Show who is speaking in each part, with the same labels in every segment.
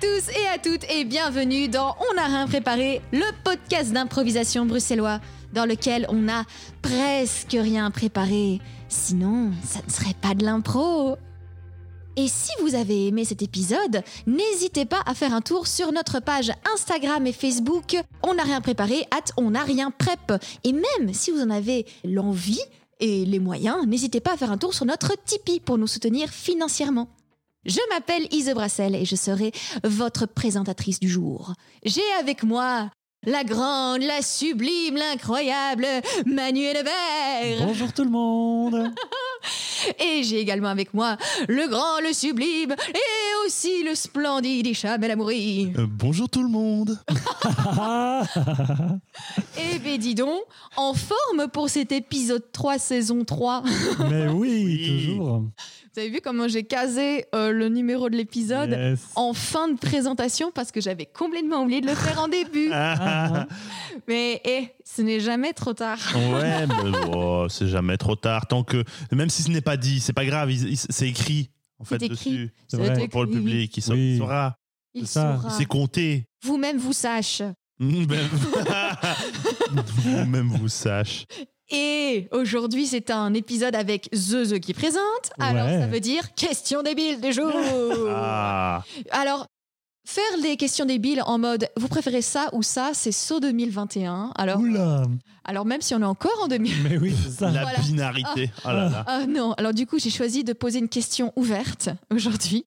Speaker 1: tous et à toutes et bienvenue dans On a rien préparé, le podcast d'improvisation bruxellois dans lequel on a presque rien préparé. Sinon, ça ne serait pas de l'impro. Et si vous avez aimé cet épisode, n'hésitez pas à faire un tour sur notre page Instagram et Facebook On n'a rien préparé, at on n'a rien prep. Et même si vous en avez l'envie et les moyens, n'hésitez pas à faire un tour sur notre Tipeee pour nous soutenir financièrement. Je m'appelle Ise Brassel et je serai votre présentatrice du jour. J'ai avec moi la grande, la sublime, l'incroyable Manuel Lebert.
Speaker 2: Bonjour tout le monde
Speaker 1: Et j'ai également avec moi le grand, le sublime et aussi le splendide Hicham El Amoury.
Speaker 3: Euh, bonjour tout le monde.
Speaker 1: Et ben dis donc, en forme pour cet épisode 3, saison 3.
Speaker 2: Mais oui,
Speaker 3: Oui.
Speaker 2: toujours
Speaker 1: Vous avez vu comment j'ai casé euh, le numéro de l'épisode
Speaker 2: Yes.
Speaker 1: en fin de présentation parce que j'avais complètement oublié de le faire en début.
Speaker 2: Ah,
Speaker 1: Mais eh, ce n'est jamais trop tard.
Speaker 3: Ouais, mais bon, Oh, c'est jamais trop tard. Tant que, même si ce n'est pas dit, c'est pas grave. il- il- C'est écrit en fait
Speaker 1: C'est écrit.
Speaker 3: dessus
Speaker 2: C'est
Speaker 1: Ça doit
Speaker 2: vrai.
Speaker 1: être
Speaker 3: pour le
Speaker 1: écrit. Ah.
Speaker 3: public. Il sa-
Speaker 2: Oui.
Speaker 3: il saura,
Speaker 1: Il
Speaker 2: Ça,
Speaker 1: saura.
Speaker 3: c'est compté.
Speaker 1: Vous-même vous sache.
Speaker 3: Mm, ben- Vous-même vous sache.
Speaker 1: Et aujourd'hui, c'est un épisode avec Zeuze qui présente. Alors,
Speaker 2: Ouais.
Speaker 1: ça veut dire question débile des jours.
Speaker 3: Ah,
Speaker 1: Alors, faire des questions débiles en mode vous préférez ça ou ça, c'est saut 2021. Alors,
Speaker 2: Oula
Speaker 1: alors, même si on est encore en 2000.
Speaker 2: Mais oui, c'est ça
Speaker 3: la
Speaker 1: Voilà.
Speaker 3: binarité. Oh là là.
Speaker 1: Ah non, alors du coup, j'ai choisi de poser une question ouverte aujourd'hui.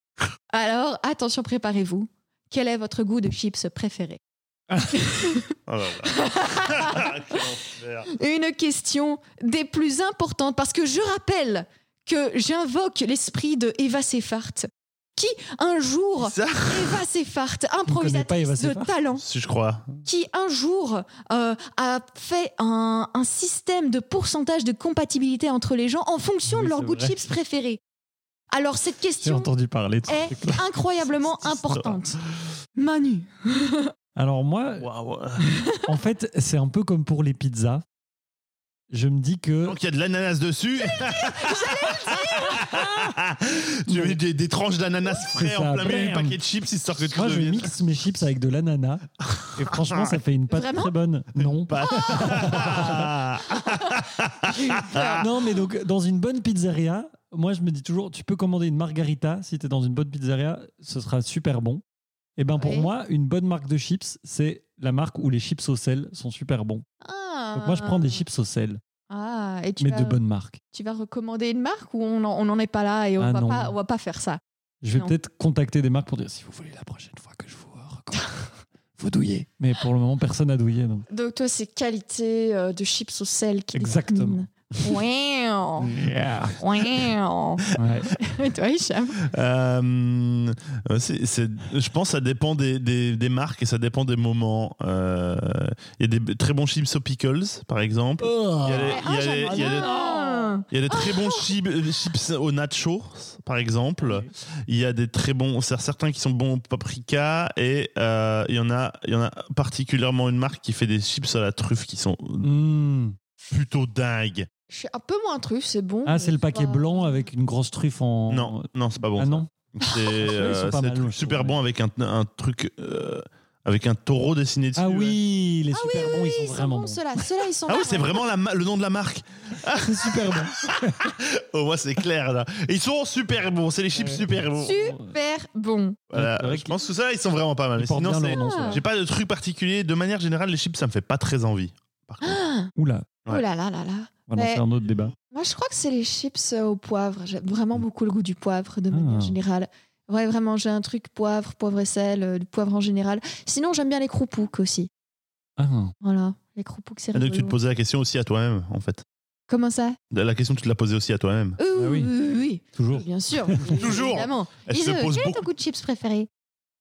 Speaker 1: Alors, attention, préparez-vous. Quel est votre goût de chips préféré Ah.
Speaker 3: Oh là là. Quel enfer.
Speaker 1: Une question des plus importantes, parce que je rappelle que j'invoque l'esprit de Eva Seffart, qui un jour,
Speaker 3: Ça,
Speaker 1: Eva Seffart,
Speaker 2: connaît pas
Speaker 1: improvisatrice
Speaker 2: Eva
Speaker 1: de
Speaker 2: Seffart
Speaker 1: talent,
Speaker 3: si je crois.
Speaker 1: qui un jour euh, a fait un, un système de pourcentage de compatibilité entre les gens en fonction
Speaker 2: Oui,
Speaker 1: de leur
Speaker 2: c'est
Speaker 1: goût de
Speaker 2: vrai.
Speaker 1: chips préféré. Alors cette
Speaker 2: J'ai
Speaker 1: question
Speaker 2: entendu parler de ce
Speaker 1: est
Speaker 2: truc-là.
Speaker 1: incroyablement
Speaker 3: Cette histoire.
Speaker 1: importante. Manu.
Speaker 2: Alors moi,
Speaker 3: Waouh.
Speaker 2: en fait, c'est un peu comme pour les pizzas. Je me dis que...
Speaker 3: Donc il y a de l'ananas dessus. Tu mets des, des tranches d'ananas frais
Speaker 2: C'est
Speaker 3: en
Speaker 2: ça,
Speaker 3: plein milieu du
Speaker 2: bam.
Speaker 3: paquet de chips histoire que tu
Speaker 2: Moi, je
Speaker 3: deviennes-
Speaker 2: mixe mes chips avec de l'ananas. Et franchement, ça fait une pâte
Speaker 1: Vraiment
Speaker 2: très bonne. Non.
Speaker 3: Pas-
Speaker 2: Oh. Non, mais donc, dans une bonne pizzeria, moi, je me dis toujours, tu peux commander une margarita. Si tu es dans une bonne pizzeria, ce sera super bon. Et ben pour
Speaker 1: Oui.
Speaker 2: moi, une bonne marque de chips, c'est la marque où les chips au sel sont super bons.
Speaker 1: Ah.
Speaker 2: Donc moi, je prends des chips au sel,
Speaker 1: Ah, et tu,
Speaker 2: mais
Speaker 1: vas,
Speaker 2: de bonnes marques.
Speaker 1: tu vas recommander une marque ou on en- on n'en est pas là et on
Speaker 2: Ah
Speaker 1: va
Speaker 2: non.
Speaker 1: pas, on va pas faire ça.
Speaker 2: Je vais
Speaker 1: Non.
Speaker 2: peut-être contacter des marques pour dire si vous voulez la prochaine fois que je vous recommande, vous douillez. Mais pour le moment, personne n'a douillé. donc.
Speaker 1: Donc toi, c'est qualité euh, de chips au sel qui
Speaker 2: Exactement.
Speaker 1: détermine. Ouin, ouin.
Speaker 2: Ouais.
Speaker 1: Et toi, Hicham
Speaker 3: Euh, c'est- c'est- je pense que ça dépend des, des- des marques et ça dépend des moments. Euh, Il y a des très bons chips aux pickles, par exemple.
Speaker 2: Oh.
Speaker 3: Il y a les- il y a
Speaker 2: Ah,
Speaker 3: les- il y a les-
Speaker 1: Ah.
Speaker 3: il y a des très bons chips, euh, chips aux nachos, par exemple. Il y a des très bons, c'est certains qui sont bons au paprika et euh, il y en a, il y en a particulièrement une marque qui fait des chips à la truffe qui sont
Speaker 2: Mmh.
Speaker 3: plutôt dingues.
Speaker 1: Je suis un peu moins truffe, c'est bon.
Speaker 2: Ah, c'est
Speaker 1: mais
Speaker 2: le paquet
Speaker 1: pas-
Speaker 2: blanc avec une grosse truffe en.
Speaker 3: Non, non, c'est pas bon.
Speaker 2: Ah
Speaker 3: ça.
Speaker 2: non
Speaker 3: C'est
Speaker 2: Ils sont
Speaker 3: euh,
Speaker 2: pas
Speaker 3: c'est
Speaker 2: mal,
Speaker 3: un truc
Speaker 2: je trouve,
Speaker 3: super
Speaker 2: ouais.
Speaker 3: bon avec un, un truc euh, avec un taureau dessiné dessus.
Speaker 2: Ah
Speaker 3: ouais.
Speaker 2: oui, les super bons, ils sont
Speaker 1: Ils sont
Speaker 2: vraiment
Speaker 1: bons,
Speaker 2: bons.
Speaker 1: ceux-là. Ceux-là, ils sont
Speaker 3: Ah oui,
Speaker 1: bons,
Speaker 3: c'est
Speaker 1: ouais.
Speaker 3: vraiment la ma- le nom de la marque.
Speaker 2: C'est super bon.
Speaker 3: Au moins, c'est clair là. Et ils sont super bons, c'est les chips
Speaker 2: Ouais.
Speaker 3: super bons.
Speaker 1: Super bon.
Speaker 3: Voilà,
Speaker 2: C'est vrai
Speaker 3: je
Speaker 2: qu'ils-
Speaker 3: pense que ça, ils sont vraiment pas mal.
Speaker 2: Ils
Speaker 3: Mais
Speaker 2: portent
Speaker 3: sinon,
Speaker 2: bien
Speaker 3: c'est-
Speaker 2: leur nom, ceux-là.
Speaker 3: j'ai pas de truc particulier. De manière générale, les chips, ça me fait pas très envie. Par contre.
Speaker 2: Oula,
Speaker 3: Ouais.
Speaker 1: Oh là là là là.
Speaker 2: voilà,
Speaker 1: Mais-
Speaker 2: c'est un autre débat.
Speaker 1: Moi, je crois que c'est les chips euh, au poivre. J'aime
Speaker 3: Mm.
Speaker 1: vraiment beaucoup le goût du poivre de
Speaker 2: Ah.
Speaker 1: manière générale. Ouais, vraiment, j'ai un truc poivre, poivre et sel, euh, du poivre en général. Sinon, j'aime bien les croupouks aussi.
Speaker 2: Ah,
Speaker 1: Voilà, les croupouks, c'est
Speaker 3: Ah, donc, tu te
Speaker 1: rigolo.
Speaker 3: posais la question aussi à toi-même, en fait.
Speaker 1: Comment ça
Speaker 3: La question, tu te la posais aussi à toi-même.
Speaker 1: Euh,
Speaker 2: Bah
Speaker 1: oui,
Speaker 2: oui.
Speaker 1: oui, oui,
Speaker 2: toujours.
Speaker 1: oui, bien sûr.
Speaker 3: Toujours.
Speaker 1: Évidemment.
Speaker 3: Elle se
Speaker 1: Ise,
Speaker 3: pose
Speaker 1: quel est ton
Speaker 3: beaucoup.
Speaker 1: goût de chips préféré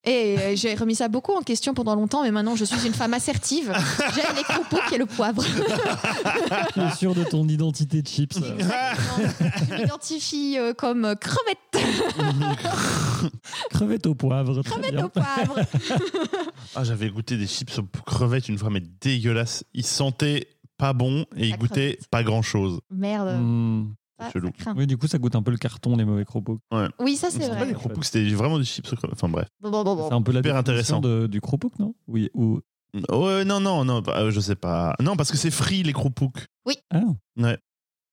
Speaker 1: et euh, j'ai remis ça beaucoup en question pendant longtemps, mais maintenant je suis une femme assertive. J'aime les croupouks et le poivre.
Speaker 2: Tu es sûr de ton identité de chips.
Speaker 1: Exactement. Je m'identifie euh, comme euh, crevette,
Speaker 2: Ah, Crevette au poivre. très
Speaker 1: crevette
Speaker 2: bien.
Speaker 1: au poivre.
Speaker 3: Ah, j'avais goûté des chips aux crevettes une fois, mais dégueulasse. Ils sentaient pas bon et ils
Speaker 1: La
Speaker 3: goûtaient
Speaker 1: crevette.
Speaker 3: pas grand-chose.
Speaker 1: Merde.
Speaker 2: Mmh.
Speaker 1: Ça,
Speaker 3: chelou.
Speaker 1: ça craint.
Speaker 2: Oui, du coup, ça goûte un peu le carton, les mauvais cropots.
Speaker 1: Oui, ça
Speaker 3: Je
Speaker 1: c'est
Speaker 3: sais pas
Speaker 1: vrai.
Speaker 3: les cropouks, c'était vraiment des chips. au cro- Enfin bref.
Speaker 1: Bon, bon, bon, bon.
Speaker 2: C'est un peu la
Speaker 3: Hyper
Speaker 2: définition
Speaker 3: intéressant.
Speaker 2: de- du cropouk, non Oui. Ou...
Speaker 3: Mm. Ouais, non, non, non, bah, euh, je sais pas. Non, parce que c'est free les cropouks.
Speaker 2: Ah,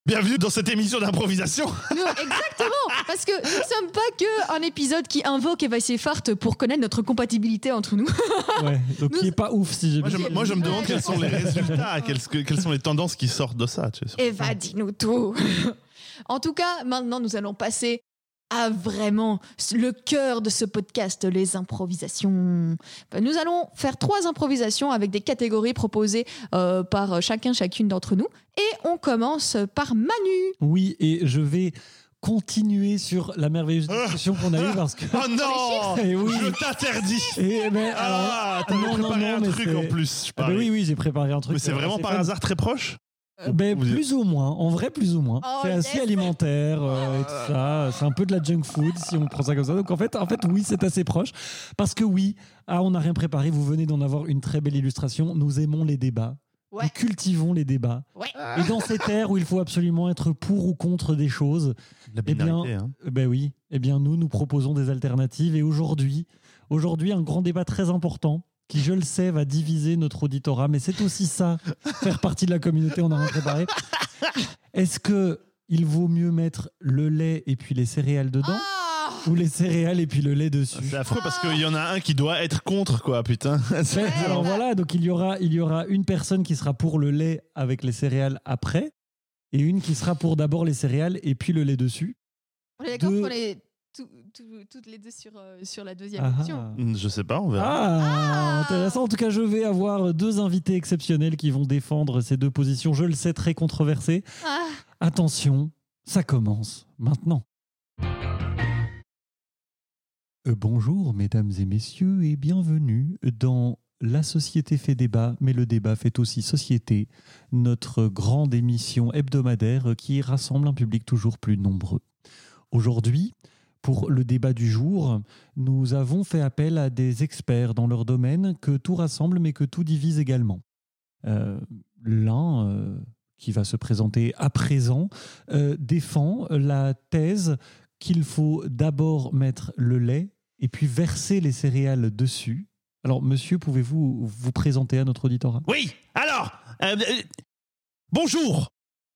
Speaker 3: Bienvenue dans cette émission d'improvisation.
Speaker 1: Nous, exactement, parce que nous ne sommes pas que un épisode qui invoque Eva Farthe pour connaître notre compatibilité entre nous.
Speaker 2: ouais. Donc,
Speaker 1: Nous-
Speaker 2: qui est pas ouf si j'ai
Speaker 3: Moi je,
Speaker 2: bien
Speaker 3: me- moi, je me demande
Speaker 1: Ouais.
Speaker 3: quels sont les résultats, quelles, que- quelles sont les tendances qui sortent de ça. Tu sais.
Speaker 1: Eva, dis-nous tout. en tout cas, maintenant, nous allons passer à vraiment le cœur de ce podcast, les improvisations. Nous allons faire trois improvisations avec des catégories proposées euh, par chacun, chacune d'entre nous. Et on commence par Manu.
Speaker 2: Oui, et je vais continuer sur la merveilleuse discussion qu'on a eue parce que.
Speaker 3: Oh non
Speaker 2: Et oui.
Speaker 3: Je t'interdis
Speaker 2: Et ben, alors-
Speaker 3: Ah, t'avais
Speaker 2: non, non,
Speaker 3: préparé
Speaker 2: non,
Speaker 3: un
Speaker 2: mais
Speaker 3: truc
Speaker 2: c'est-
Speaker 3: en plus, je
Speaker 2: Ah ben
Speaker 3: parie.
Speaker 2: oui, oui, j'ai préparé un truc.
Speaker 3: Mais c'est
Speaker 2: euh,
Speaker 3: vraiment
Speaker 2: assez
Speaker 3: par
Speaker 2: fun.
Speaker 3: hasard très proche
Speaker 2: Euh, Ben,
Speaker 3: Vous-
Speaker 2: plus ou moins. En vrai, plus ou moins.
Speaker 1: Oh,
Speaker 2: c'est assez
Speaker 1: yes.
Speaker 2: alimentaire euh, et tout ça. C'est un peu de la junk food si on prend ça comme ça. Donc en fait, en fait oui, c'est assez proche. Parce que oui, ah, on n'a rien préparé. Vous venez d'en avoir une très belle illustration. Nous aimons les débats.
Speaker 1: Ouais.
Speaker 2: Nous cultivons les débats.
Speaker 1: Ouais.
Speaker 2: Et dans cette ère où il faut absolument être pour ou contre des choses,
Speaker 3: La
Speaker 2: Eh bien,
Speaker 3: binarité, hein.
Speaker 2: euh, Ben oui, eh bien nous, nous proposons des alternatives et aujourd'hui, aujourd'hui un grand débat très important qui, je le sais, va diviser notre auditorat, mais c'est aussi ça, faire partie de la communauté, on a rien préparé. Est-ce que il vaut mieux mettre le lait et puis les céréales dedans
Speaker 1: Ah
Speaker 2: ou les céréales et puis le lait
Speaker 3: C'est
Speaker 2: dessus
Speaker 3: affreux parce qu'il y en a un qui doit être contre, quoi, putain. C'est-
Speaker 2: Ben,
Speaker 1: Ouais.
Speaker 2: Alors voilà, donc il y, aura, il y aura une personne qui sera pour le lait avec les céréales après et une qui sera pour d'abord les céréales et puis le lait dessus.
Speaker 1: on est d'accord
Speaker 2: Deux.
Speaker 1: qu'on est tout- tout- toutes les deux sur, euh, sur la deuxième
Speaker 2: Ah
Speaker 1: option.
Speaker 2: ah.
Speaker 3: Mm, Je sais pas, on verra.
Speaker 2: Ah,
Speaker 1: Ah.
Speaker 2: intéressant. En tout cas, je vais avoir deux invités exceptionnels qui vont défendre ces deux positions. Je le sais, très controversées.
Speaker 1: Ah.
Speaker 2: Attention, ça commence maintenant. Euh, bonjour, mesdames et messieurs, et bienvenue dans La société fait débat, mais le débat fait aussi société, notre grande émission hebdomadaire qui rassemble un public toujours plus nombreux. Aujourd'hui, pour le débat du jour, nous avons fait appel à des experts dans leur domaine que tout rassemble mais que tout divise également. Euh, L'un, euh, qui va se présenter à présent, euh, défend la thèse qu'il faut d'abord mettre le lait et puis verser les céréales dessus. Alors, monsieur, pouvez-vous vous présenter à notre auditorat
Speaker 3: Oui, alors, euh, euh, bonjour.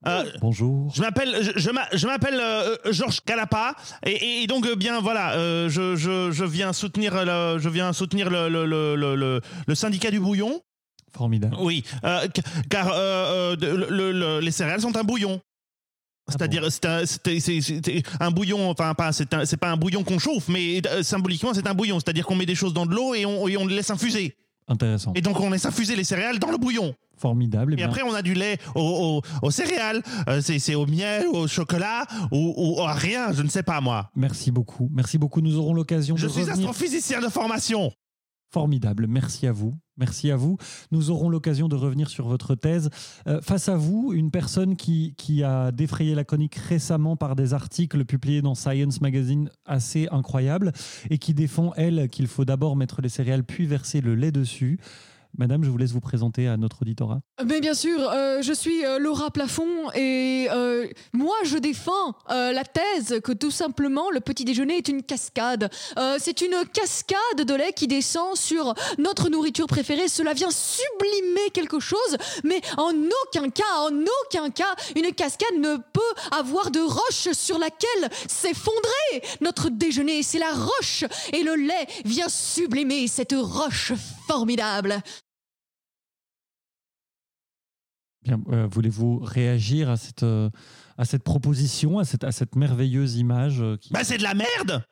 Speaker 3: Euh,
Speaker 2: Bonjour.
Speaker 3: Je m'appelle, je, je m'a- je m'appelle euh, euh, Georges Calapa et, et- et donc euh, bien voilà, euh, je, je- je viens soutenir le, je viens soutenir le, le- le- le- le- le syndicat du bouillon.
Speaker 2: Formidable.
Speaker 3: Oui, euh, ca- car euh, euh, de- le- le- les céréales sont un bouillon. C'est-à-dire, c'est un- c'est- c'est- c'est un bouillon, enfin, pas, c'est, un- c'est pas un bouillon qu'on chauffe, mais euh, symboliquement, c'est un bouillon. C'est-à-dire qu'on met des choses dans de l'eau et on, et on les laisse infuser.
Speaker 2: Intéressant.
Speaker 3: Et donc, on laisse infuser les céréales dans le bouillon.
Speaker 2: Formidable. Eh
Speaker 3: Et
Speaker 2: bien,
Speaker 3: après, on a du lait au- au- aux céréales, euh, c'est c'est au miel, au chocolat, ou, ou à rien, je ne sais pas moi.
Speaker 2: Merci beaucoup. Merci beaucoup. Nous aurons l'occasion de
Speaker 3: Je suis
Speaker 2: revenir.
Speaker 3: astrophysicien de formation.
Speaker 2: Formidable. Merci à vous. Merci à vous. Nous aurons l'occasion de revenir sur votre thèse. Euh, face à vous, une personne qui, qui a défrayé la chronique récemment par des articles publiés dans Science Magazine assez incroyables et qui défend, elle, qu'il faut d'abord mettre les céréales puis verser le lait dessus. Madame, je vous laisse vous présenter à notre auditorat.
Speaker 1: Mais bien sûr, euh, je suis euh, Laura Plafond et euh, moi je défends euh, la thèse que tout simplement le petit déjeuner est une cascade. Euh, c'est une cascade de lait qui descend sur notre nourriture préférée. Cela vient sublimer quelque chose, mais en aucun cas, en aucun cas, une cascade ne peut avoir de roche sur laquelle s'effondrer. Notre déjeuner, c'est la roche et le lait vient sublimer cette roche formidable.
Speaker 2: Bien, euh, voulez-vous réagir à cette, euh, à cette proposition, à cette, à cette merveilleuse image euh, qui...
Speaker 3: Bah, c'est de la merde.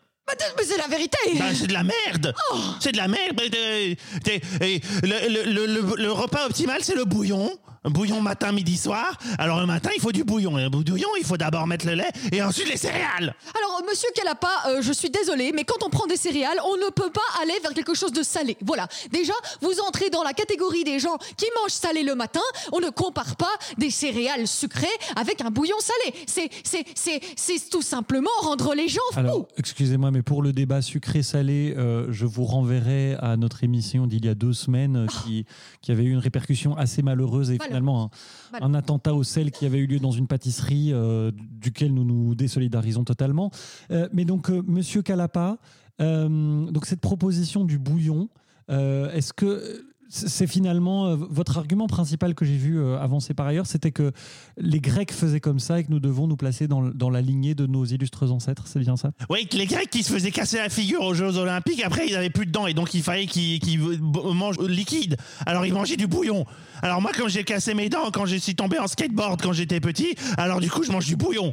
Speaker 1: Mais c'est la vérité
Speaker 3: Bah, c'est de la merde.
Speaker 2: Oh.
Speaker 3: C'est de la merde. Et, et, et, et le, le- le- le- le repas optimal, c'est le bouillon. Un Bouillon matin, midi, soir. Alors, le matin, il faut du bouillon. Et le bouillon, il faut d'abord mettre le lait et ensuite les céréales.
Speaker 1: Alors, monsieur Calapa, euh, je suis désolée, mais quand on prend des céréales, on ne peut pas aller vers quelque chose de salé. Voilà. Déjà, vous entrez dans la catégorie des gens qui mangent salé le matin. On ne compare pas des céréales sucrées avec un bouillon salé. C'est, c'est, c'est, c'est tout simplement rendre les gens fous.
Speaker 2: Alors, excusez-moi, mais pour le débat sucré-salé, euh, je vous renverrai à notre émission d'il y a deux semaines euh, qui, qui avait eu une répercussion assez malheureuse et finalement un,
Speaker 1: Voilà.
Speaker 2: un attentat au sel qui avait eu lieu dans une pâtisserie euh, duquel nous nous désolidarisons totalement. Euh, mais donc, euh, Monsieur Calapa, euh, donc cette proposition du bouillon, euh, est-ce que c'est finalement euh, votre argument principal que j'ai vu euh, avancer par ailleurs, c'était que les Grecs faisaient comme ça et que nous devons nous placer dans, dans la lignée de nos illustres ancêtres, c'est bien ça
Speaker 3: Oui, les Grecs qui se faisaient casser la figure aux Jeux Olympiques, après ils n'avaient plus de dents et donc il fallait qu'ils qu'ils bo- mangent au liquide. Alors ils mangeaient du bouillon. Alors moi, quand j'ai cassé mes dents, quand je suis tombé en skateboard quand j'étais petit, alors du coup je mange du bouillon.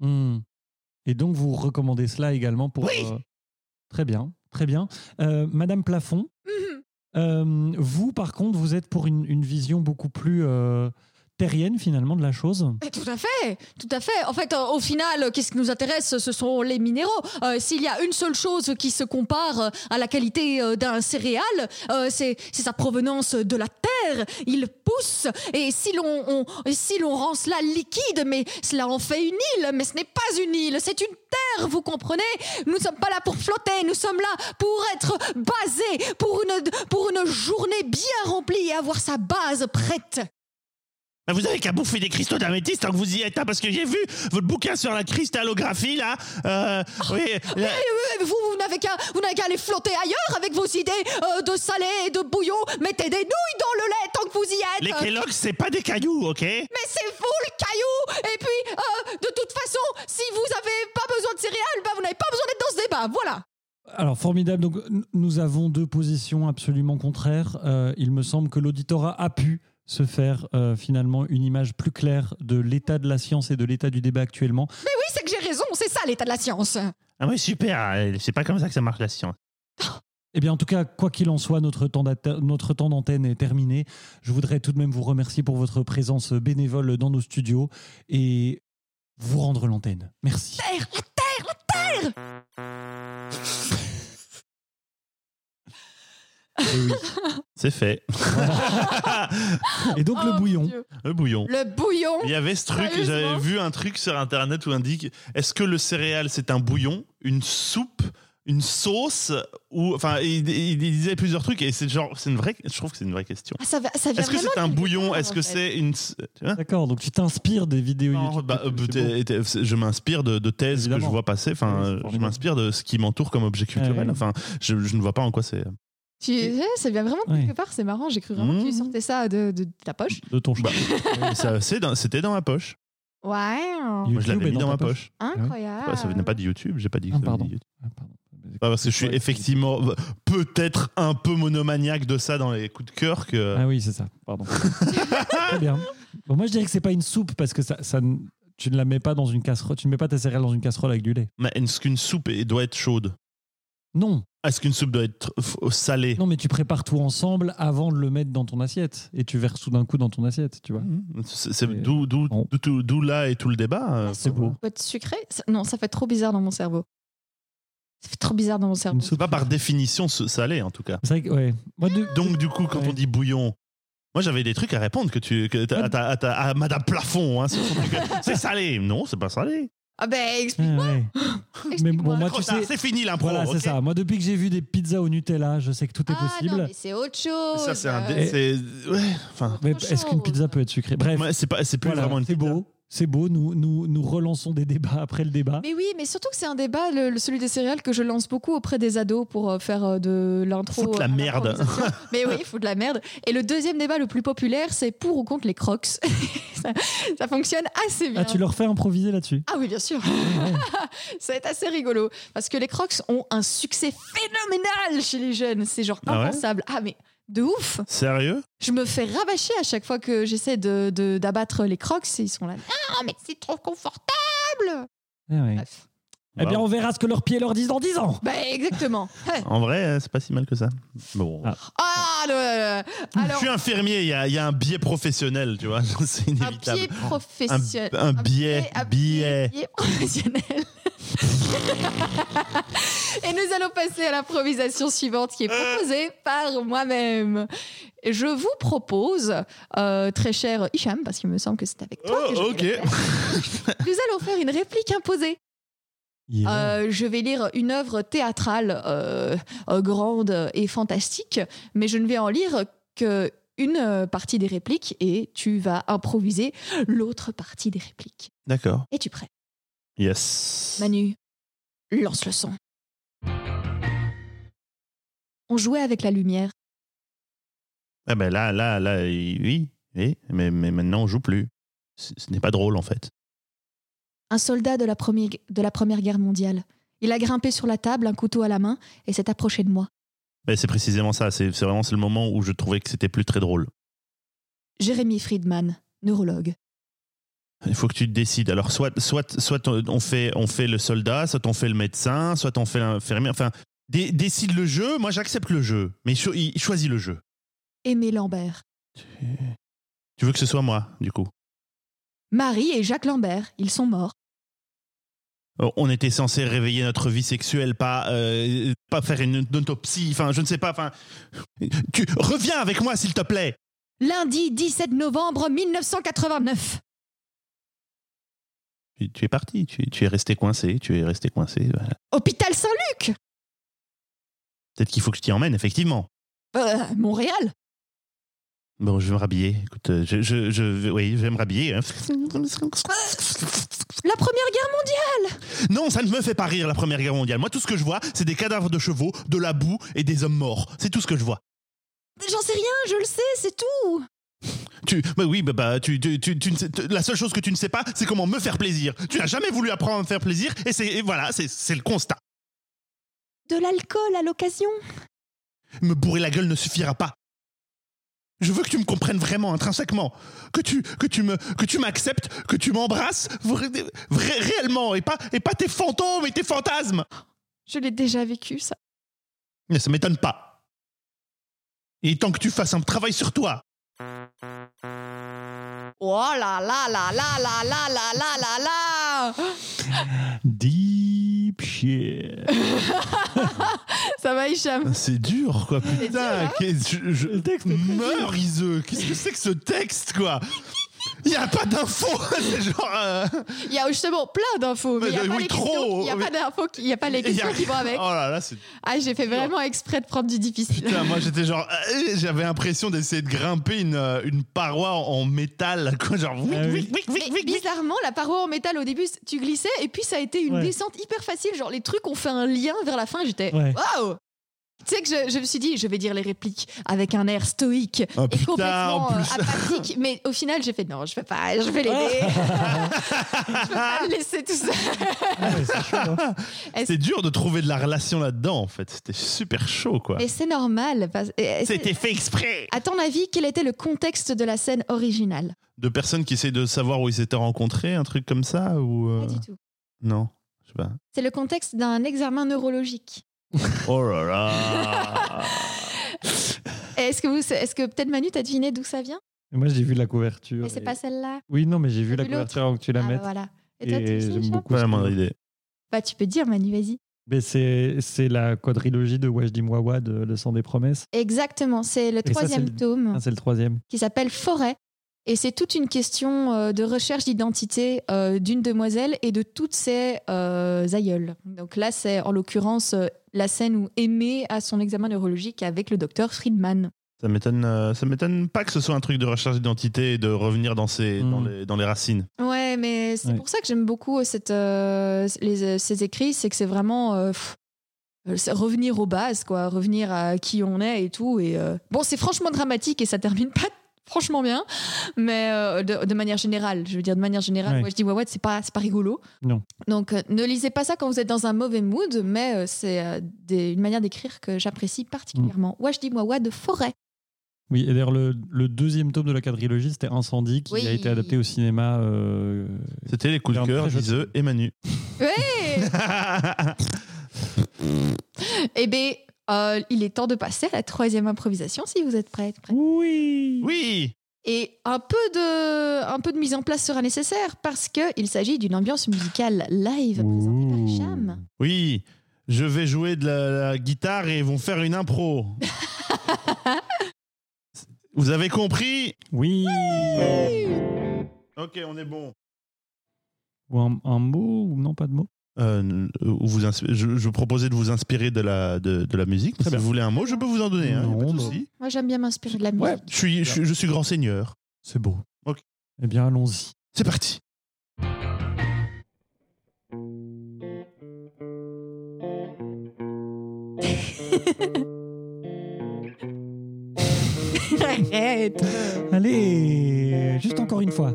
Speaker 2: Hmm. Et donc vous recommandez cela également pour... euh,
Speaker 3: Oui.
Speaker 2: Très bien, très bien. Euh, Madame Plafond,
Speaker 1: Mhm.
Speaker 2: euh, vous par contre, vous êtes pour une, une vision beaucoup plus euh, terrienne finalement de la chose
Speaker 1: Mais Eh, tout à fait, tout à fait. En fait, euh, au final, euh, qu'est-ce qui nous intéresse Ce sont les minéraux. Euh, S'il y a une seule chose qui se compare euh, à la qualité euh, d'un céréal, euh, c'est c'est sa provenance de la terre. Il pousse, et si l'on on- et si l'on rend cela liquide, mais cela en fait une île. Mais ce n'est pas une île, c'est une terre. Vous comprenez Nous ne sommes pas là pour flotter. Nous sommes là pour être basés pour une pour une journée bien remplie et avoir sa base prête.
Speaker 3: Bah, Vous avez qu'à bouffer des cristaux d'améthyste tant que vous y êtes, hein, parce que j'ai vu votre bouquin sur la cristallographie là. Euh, oui, là-
Speaker 1: Eh, Vous, vous n'avez qu'à vous n'avez qu'à aller flotter ailleurs avec vos idées euh, de salé et de bouillon. Mettez des nouilles dans le lait tant que vous y êtes.
Speaker 3: les Kellogg's, c'est pas des cailloux, ok
Speaker 1: Mais c'est vous le caillou. Et puis, euh, de toute façon, si vous n'avez pas besoin de céréales, bah, vous n'avez pas besoin d'être dans ce débat. Voilà.
Speaker 2: Alors formidable, donc n- nous avons deux positions absolument contraires. Euh, il me semble que l'auditorat a pu se faire euh, finalement une image plus claire de l'état de la science et de l'état du débat actuellement.
Speaker 1: Oui, c'est que j'ai raison. C'est ça l'état de la science.
Speaker 3: Ah oui, super, euh, c'est pas comme ça que ça marche la science.
Speaker 2: Eh bien, en tout cas, quoi qu'il en soit, notre temps d'atte- notre temps d'antenne est terminé. Je voudrais tout de même vous remercier pour votre présence bénévole dans nos studios et vous rendre l'antenne. Merci.
Speaker 1: Terre, la terre, la terre. Eh
Speaker 2: Et, oui.
Speaker 3: C'est fait.
Speaker 2: Et donc
Speaker 1: Oh,
Speaker 2: le
Speaker 1: mon
Speaker 2: bouillon.
Speaker 1: Dieu.
Speaker 3: Le bouillon.
Speaker 1: Le bouillon.
Speaker 3: Il y avait ce truc, j'avais
Speaker 1: Sérieusement
Speaker 3: vu un truc sur internet où indique est-ce que le céréal c'est un bouillon, une soupe, une sauce ou enfin il, il- il disait plusieurs trucs et c'est genre c'est une vraie je trouve que c'est une vraie question.
Speaker 1: Ah, ça, va- ça vient
Speaker 3: Est-ce que
Speaker 1: vraiment
Speaker 3: c'est un
Speaker 1: de quelque
Speaker 3: bouillon
Speaker 1: part,
Speaker 3: Est-ce
Speaker 1: en
Speaker 3: que
Speaker 1: fait.
Speaker 3: c'est une s- hein
Speaker 2: D'accord, donc tu t'inspires des vidéos
Speaker 3: Non,
Speaker 2: YouTube.
Speaker 3: bah, euh,
Speaker 2: C'est beau.
Speaker 3: t'es- t'es- c'est- je m'inspire de, de thèses que
Speaker 2: Évidemment.
Speaker 3: je vois passer.
Speaker 2: Oui,
Speaker 3: Enfin,
Speaker 2: c'est
Speaker 3: euh, je
Speaker 2: formidable. Eh
Speaker 3: m'inspire de ce qui m'entoure comme objet
Speaker 2: Ouais,
Speaker 3: culturel.
Speaker 2: ouais.
Speaker 3: Enfin, je, je ne vois pas en quoi c'est
Speaker 1: Tu- eh, Ça vient vraiment de
Speaker 2: Ouais.
Speaker 1: quelque part. C'est marrant. J'ai cru vraiment que tu
Speaker 3: Mmh.
Speaker 1: sortais ça de, de, de ta poche.
Speaker 2: de ton
Speaker 3: Bah, ça- c'est dans- C'était dans ma poche.
Speaker 1: Ouais.
Speaker 3: Moi, je
Speaker 2: YouTube
Speaker 3: l'avais
Speaker 2: est
Speaker 3: mis
Speaker 2: dans
Speaker 3: dans ma
Speaker 2: ta
Speaker 3: poche.
Speaker 1: Incroyable.
Speaker 3: Ouais, ça venait pas de YouTube. J'ai pas dit.
Speaker 2: Ah,
Speaker 3: que ça venait
Speaker 2: pardon.
Speaker 3: de YouTube.
Speaker 2: Ah, pardon.
Speaker 3: Ah, parce que je suis effectivement euh, peut-être un peu monomaniaque de ça dans les coups de cœur que.
Speaker 2: Ah oui, c'est ça. Pardon. Très bien. Bon, moi, je dirais que c'est pas une soupe parce que ça, ça, ne- tu ne la mets pas dans une casserole. Tu ne mets pas ta céréale dans une casserole avec du lait.
Speaker 3: Mais est-ce qu'une soupe est- doit être chaude
Speaker 2: Non,
Speaker 3: Est-ce qu'une soupe doit être f- euh, salée
Speaker 2: non, mais tu prépares tout ensemble avant de le mettre dans ton assiette et tu verses tout d'un coup dans ton assiette, tu vois.
Speaker 3: Mmh. C'est c'est
Speaker 2: Mais-
Speaker 3: d'où d'où-
Speaker 2: Non.
Speaker 3: d'où- d'où- d'où là et tout le débat. euh,
Speaker 2: C'est beau.
Speaker 1: peut être sucré Ça- Non, ça fait trop bizarre dans mon cerveau. Ça fait trop bizarre dans mon cerveau.
Speaker 2: Une
Speaker 3: C'est
Speaker 2: soupe.
Speaker 3: pas par définition ce- salé en tout cas.
Speaker 2: C'est vrai que, ouais. Moi, de-
Speaker 3: Donc du coup, quand
Speaker 2: Ouais.
Speaker 3: on dit bouillon. Moi, j'avais des trucs à répondre que tu, que t'as- à, ta- à ta- à Madame Plafond. hein, sur son truc. c'est salé. Non, c'est pas salé.
Speaker 1: Ah ben, explique.
Speaker 2: Ouais, ouais. Mais bon, moi,
Speaker 3: Trop
Speaker 2: tu
Speaker 3: tard,
Speaker 2: sais.
Speaker 3: c'est fini l'impro.
Speaker 2: Voilà,
Speaker 3: ok
Speaker 2: c'est ça. Moi, depuis que j'ai vu des pizzas au Nutella, je sais que tout est
Speaker 1: ah non,
Speaker 2: possible.
Speaker 1: mais c'est autre chose.
Speaker 3: Ça, c'est un. dé-
Speaker 2: Et-
Speaker 3: c'est- ouais, enfin.
Speaker 2: mais
Speaker 1: Autre
Speaker 2: est-ce qu'une
Speaker 1: chose.
Speaker 2: pizza peut être sucrée Bref,
Speaker 3: ouais, c'est pas- c'est plus
Speaker 2: voilà,
Speaker 3: vraiment une.
Speaker 2: c'est beau. C'est beau. Nous, nous, nous relançons des débats après le débat.
Speaker 1: Mais oui, mais surtout que c'est un débat, le- le- celui des céréales, que je lance beaucoup auprès des ados pour euh, faire euh, de l'intro.
Speaker 3: Foutre la
Speaker 1: à
Speaker 3: merde.
Speaker 1: l'improvisation. mais oui, il faut de la merde. Et le deuxième débat le plus populaire, c'est pour ou contre les crocs. ça, ça fonctionne assez bien.
Speaker 2: Ah, tu leur fais improviser là-dessus.
Speaker 1: Ah oui, bien sûr.
Speaker 2: Ouais.
Speaker 1: Ça va être assez rigolo. Parce que les crocs ont un succès phénoménal chez les jeunes. C'est genre
Speaker 3: Ah ouais
Speaker 1: impensable. ah mais de ouf.
Speaker 3: Sérieux
Speaker 1: Je me fais rabâcher à chaque fois que j'essaie de, de- d'abattre les crocs et ils sont là. Ah, mais c'est trop confortable
Speaker 2: Ah ouais.
Speaker 1: Bref.
Speaker 2: Eh bien,
Speaker 3: Bah,
Speaker 2: on verra ce que leurs pieds leur disent dans 10 ans.
Speaker 1: Bah, exactement. Ouais.
Speaker 3: En vrai, euh, c'est pas si mal que ça. Bon.
Speaker 2: Ah.
Speaker 1: Ah, le- le-
Speaker 3: Je
Speaker 1: alors,
Speaker 3: suis infirmier, il y a, il y a un biais professionnel, tu vois, c'est
Speaker 1: un pied
Speaker 3: inévitable.
Speaker 1: professionnel.
Speaker 3: un biais,
Speaker 1: un
Speaker 3: biais.
Speaker 1: biais professionnel. Et nous allons passer à l'improvisation suivante qui est proposée par moi-même. Et Je vous propose, euh, très cher Hicham, parce qu'il me semble que c'est avec toi
Speaker 3: Oh,
Speaker 1: que je vais
Speaker 3: ok.
Speaker 1: la faire, nous allons faire une réplique imposée.
Speaker 2: Yeah.
Speaker 1: Euh, je vais lire une œuvre théâtrale euh, euh, grande et fantastique, mais je ne vais en lire que une euh, partie des répliques et tu vas improviser l'autre partie des répliques.
Speaker 3: D'accord.
Speaker 1: Es-tu prêt
Speaker 3: Yes.
Speaker 1: Manu, lance le son. On jouait avec la lumière.
Speaker 3: Ah ben là, là, là, il- oui, oui, mais, mais maintenant on joue plus. Ce ce n'est pas drôle en fait.
Speaker 1: un soldat de la, première, de la Première Guerre mondiale. Il a grimpé sur la table, un couteau à la main, et s'est approché de moi.
Speaker 3: Ben, c'est précisément ça. C'est c'est vraiment c'est le moment où je trouvais que c'était plus très drôle.
Speaker 1: Jérémy Friedman, neurologue.
Speaker 3: Il faut que tu te décides. Alors soit, soit, soit on fait, on fait le soldat, soit on fait le médecin, soit on fait l'infirmière. Enfin, dé- décide le jeu. Moi, j'accepte le jeu, mais cho- il choisit le jeu.
Speaker 1: Aimé Lambert.
Speaker 3: Tu veux que ce soit moi, du coup
Speaker 1: Marie et Jacques Lambert, ils sont morts.
Speaker 3: Euh, On était censé réveiller notre vie sexuelle, pas, euh, pas faire une autopsie. Enfin, je ne sais pas. Enfin, tu reviens avec moi, s'il te plaît.
Speaker 1: Lundi 17 novembre 1989.
Speaker 3: Tu, tu es parti, tu, tu es resté coincé, tu es resté coincé. voilà.
Speaker 1: Hôpital Saint-Luc,
Speaker 3: Peut-être qu'il faut que je t'y emmène, effectivement.
Speaker 1: euh, Montréal.
Speaker 3: Bon, je vais me rhabiller. Écoute, euh, je, je, je vais- oui, je vais me rhabiller. hein.
Speaker 1: La Première Guerre mondiale.
Speaker 3: Non, ça ne me fait pas rire, la Première Guerre mondiale. Moi, tout ce que je vois, c'est des cadavres de chevaux, de la boue et des hommes morts. C'est tout ce que je vois.
Speaker 1: J'en sais rien, je le sais, c'est tout.
Speaker 3: Tu, bah oui, bah, bah, tu, tu, tu, tu ne sais- tu- la seule chose que tu ne sais pas, c'est comment me faire plaisir. Tu n'as jamais voulu apprendre à me faire plaisir, et c'est, et voilà, c'est, c'est le constat.
Speaker 1: De l'alcool à l'occasion.
Speaker 3: Me bourrer la gueule ne suffira pas. Je veux que tu me comprennes vraiment, intrinsèquement. Que tu, que tu me, que tu m'acceptes, que tu m'embrasses, vra- vra- réellement, et pas, et pas tes fantômes et tes fantasmes.
Speaker 1: Je l'ai déjà vécu, ça.
Speaker 3: Mais ça m'étonne pas. Et tant que tu fasses un travail sur toi.
Speaker 1: Oh là là là là là là là là là là
Speaker 2: Deep shit.
Speaker 1: Ça va, Hicham
Speaker 3: C'est dur, quoi,
Speaker 1: C'est dur, hein
Speaker 3: je, je-
Speaker 2: Le texte est très
Speaker 3: meurs, Iseux. Qu'est-ce que c'est que ce texte, quoi Il n'y a pas d'info. C'est genre. euh,
Speaker 1: Il y a justement plein d'infos, mais il n'y a,
Speaker 3: Mais
Speaker 1: pas
Speaker 3: oui,
Speaker 1: les
Speaker 3: trop.
Speaker 1: questions- il y a pas d'infos, qui- il n'y a pas les
Speaker 3: il y a
Speaker 1: questions qui
Speaker 3: rien.
Speaker 1: vont avec.
Speaker 3: Oh là là, c'est.
Speaker 1: Ah, j'ai fait vraiment exprès de prendre du difficile.
Speaker 3: Putain, moi j'étais genre. euh, J'avais l'impression d'essayer de grimper une, euh, une paroi en métal, quoi. Genre. oui,
Speaker 2: Ah oui.
Speaker 3: oui, oui, oui,
Speaker 1: Mais
Speaker 3: oui, oui.
Speaker 1: bizarrement, la paroi en métal au début, tu glissais et puis ça a été une
Speaker 2: Ouais.
Speaker 1: descente hyper facile. Genre les trucs ont fait un lien vers la fin. J'étais
Speaker 2: Ouais.
Speaker 1: waouh. Tu sais que je, je me suis dit, je vais dire les répliques avec un air stoïque
Speaker 3: Oh,
Speaker 1: et
Speaker 3: putain, en
Speaker 1: complètement euh,
Speaker 3: plus.
Speaker 1: apathique. Mais au final, j'ai fait non, je vais pas, je vais l'aider. je vais pas le laisser tout ça.
Speaker 2: Ah ouais, c'est chaud, hein.
Speaker 3: C'est dur de trouver de la relation là-dedans, en fait. C'était super chaud, quoi.
Speaker 1: Mais c'est normal. parce- et- et c'est-
Speaker 3: C'était fait exprès.
Speaker 1: À ton avis, quel était le contexte de la scène originale
Speaker 3: De personnes qui essayent de savoir où ils s'étaient rencontrés, un truc comme ça ou euh,
Speaker 1: Pas du tout.
Speaker 3: non, je sais pas.
Speaker 1: C'est le contexte d'un examen neurologique.
Speaker 3: Oh là là.
Speaker 1: Est-ce que, vous- est-ce que peut-être Manu, t'as deviné d'où ça vient
Speaker 2: Et Moi, j'ai vu la couverture.
Speaker 1: Mais c'est
Speaker 2: et-
Speaker 1: pas celle-là.
Speaker 2: Oui, non, mais j'ai vu
Speaker 1: T'as
Speaker 2: la
Speaker 1: vu l'autre
Speaker 2: couverture avant que tu Euh, la
Speaker 1: Ah, bah
Speaker 2: mettes.
Speaker 1: voilà. Et toi, tu hein
Speaker 2: Et
Speaker 1: le sais,
Speaker 2: j'aime
Speaker 1: Hicham
Speaker 2: beaucoup.
Speaker 3: Pas
Speaker 2: ce
Speaker 3: la moindre
Speaker 2: film.
Speaker 3: idée.
Speaker 1: Bah, tu peux dire, Manu, vas-y.
Speaker 2: Mais c'est c'est la quadrilogie de Wajdim Wawad, euh, Le sang des promesses.
Speaker 1: Exactement, c'est le
Speaker 2: ça,
Speaker 1: troisième
Speaker 2: c'est le-
Speaker 1: tome
Speaker 2: Ah, c'est le troisième.
Speaker 1: qui s'appelle Forêt. Et c'est toute une question euh, de recherche d'identité euh, d'une demoiselle et de toutes ses euh, aïeules. Donc là, c'est en l'occurrence euh, la scène où Aimée a son examen neurologique avec le docteur Friedman.
Speaker 3: Ça m'étonne, euh, ça m'étonne pas que ce soit un truc de recherche d'identité et de revenir dans ses,
Speaker 2: Mm.
Speaker 3: dans les, dans les racines.
Speaker 1: Ouais, mais c'est
Speaker 2: Ouais.
Speaker 1: pour ça que j'aime beaucoup cette, euh, les, euh, ces écrits, c'est que c'est vraiment euh, pff, euh, c'est revenir aux bases, quoi, revenir à qui on est et tout. Et euh, bon, c'est franchement dramatique et ça termine pas franchement bien, mais euh, de, de manière générale, je veux dire de manière générale,
Speaker 2: Ouais.
Speaker 1: moi je dis ouais ouais, c'est pas c'est pas rigolo.
Speaker 2: Non.
Speaker 1: Donc euh, ne lisez pas ça quand vous êtes dans un mauvais mood, mais euh, c'est euh, des- une manière d'écrire que j'apprécie
Speaker 2: Mm.
Speaker 1: particulièrement. Ouais, je dis moi ouais de forêt.
Speaker 2: Oui, et d'ailleurs, le, le deuxième tome de la quadrilogie, c'était Incendie, qui
Speaker 1: Oui.
Speaker 2: a été adapté au cinéma. euh,
Speaker 3: C'était les coups de
Speaker 2: Et
Speaker 3: cœur
Speaker 2: après, je-
Speaker 3: d'Iseux et Manu.
Speaker 1: Hey Eh bien, il est temps de passer à la troisième improvisation si vous êtes prêts.
Speaker 2: Oui
Speaker 3: oui.
Speaker 1: Et un peu de, un peu de mise en place sera nécessaire parce qu'il s'agit d'une ambiance musicale live présentée par
Speaker 2: Ouh.
Speaker 1: Hicham.
Speaker 3: Oui, je vais jouer de la, la guitare et ils vont faire une impro. Vous avez compris
Speaker 2: Oui
Speaker 3: Ok, on est bon.
Speaker 2: Ou un, un mot, ou non, pas de mot
Speaker 3: euh, où vous inspi- je, je proposais de vous inspirer de la, de, de la musique. Si
Speaker 2: bien.
Speaker 3: vous voulez un mot, je peux vous en donner. hein,
Speaker 2: Non,
Speaker 3: y a pas de
Speaker 2: non.
Speaker 3: souci.
Speaker 1: Moi, j'aime bien m'inspirer de la musique.
Speaker 2: Ouais.
Speaker 3: Je, suis, je, suis- je suis grand seigneur.
Speaker 2: C'est beau.
Speaker 3: Ok.
Speaker 2: Eh bien, allons-y.
Speaker 3: C'est parti.
Speaker 1: Arrête.
Speaker 2: Allez, juste encore une fois.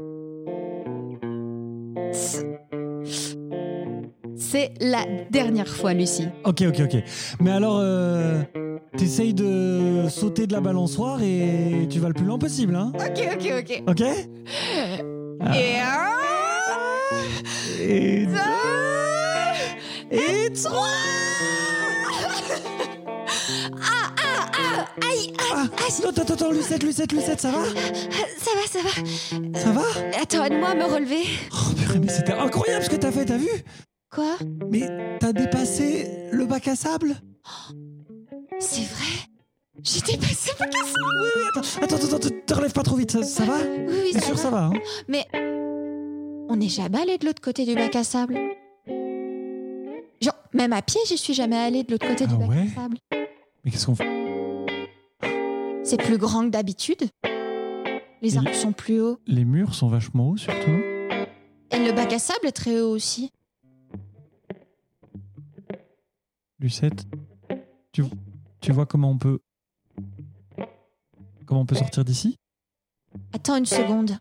Speaker 1: C'est la dernière fois, Lucie.
Speaker 2: Ok, ok, ok. Mais alors, euh, t'essayes de sauter de la balançoire et tu vas le plus loin possible, hein
Speaker 1: Ok, ok, ok.
Speaker 2: Ok Ah.
Speaker 1: Et un,
Speaker 2: Et
Speaker 1: deux, et trois.
Speaker 2: ah, non, attends, attends, attends, Lucette, Lucette, Lucette, ça va
Speaker 1: Ça va, ça va. Euh,
Speaker 2: Ça va
Speaker 1: Attends, aide-moi à me relever.
Speaker 2: Oh purée, mais c'était incroyable ce que t'as fait, t'as vu
Speaker 1: Quoi
Speaker 2: Mais t'as dépassé le bac à sable
Speaker 1: C'est vrai J'étais passée pas
Speaker 2: Oui, oui, attends, attends, attends, te, te relève pas trop vite, ça, ça va
Speaker 1: Oui, oui,
Speaker 2: Bien
Speaker 1: ça
Speaker 2: sûr,
Speaker 1: va.
Speaker 2: ça va. Hein
Speaker 1: On n'est jamais allé de l'autre côté du bac à sable. Genre, même à pied, je suis jamais allée de l'autre côté du
Speaker 2: Ah
Speaker 1: bac
Speaker 2: ouais
Speaker 1: à sable.
Speaker 2: mais qu'est-ce qu'on fait
Speaker 1: C'est plus grand que d'habitude. Les
Speaker 2: Et-
Speaker 1: arbres sont plus hauts.
Speaker 2: Les murs sont vachement hauts, surtout.
Speaker 1: Et le bac à sable est très haut aussi.
Speaker 2: Lucette, tu, tu vois comment on peut. Comment on peut sortir d'ici
Speaker 1: Attends une seconde.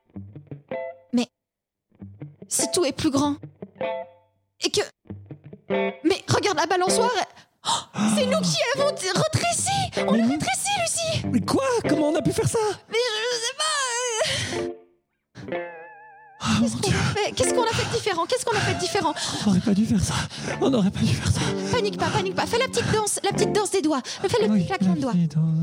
Speaker 1: Mais si tout est plus grand et que mais regarde la balançoire, oh, c'est nous qui avons t- rétréci. On
Speaker 2: Mais
Speaker 1: a
Speaker 2: oui.
Speaker 1: rétréci, Lucie.
Speaker 2: Mais quoi Comment on a pu faire ça
Speaker 1: Mais je, je sais pas. euh,
Speaker 2: Oh
Speaker 1: Qu'est-ce qu'on a fait Qu'est-ce qu'on a fait de différent Qu'est-ce qu'on a fait de différent
Speaker 2: On n'aurait pas dû faire ça On n'aurait pas dû faire ça
Speaker 1: Panique pas, panique pas. Fais la petite danse, la petite danse des doigts. Fais le
Speaker 2: Oui,
Speaker 1: petit claquement de doigts.
Speaker 2: la fille dans-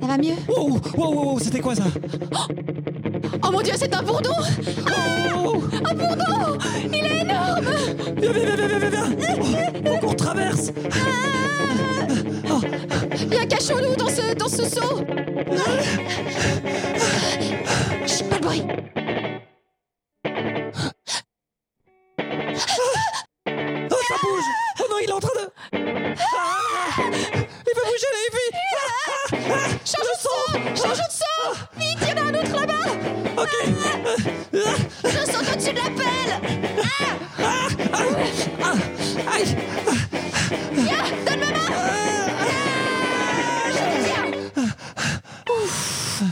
Speaker 1: Ça va mieux
Speaker 2: Wow, wow, wow, wow, c'était quoi ça
Speaker 1: Oh mon Dieu, c'est un bourdon
Speaker 2: Oh
Speaker 1: Un bourdon Il est énorme
Speaker 2: Viens, viens, viens, viens, viens, viens Oh, Faut qu'on traverse
Speaker 1: Viens, cachons-nous dans ce, dans ce seau Chut, pas de bruit
Speaker 2: Oh, ça bouge Oh non, il est en train de... Ah Il va bouger, Ah les filles
Speaker 1: Change
Speaker 2: Ah
Speaker 1: de saut Change de saut Vite, il y en a un autre là-bas
Speaker 2: Ok
Speaker 1: Je saute au-dessus de la pelle
Speaker 2: Aïe
Speaker 1: Viens, donne ma main Ah, Je te tiens Ouf.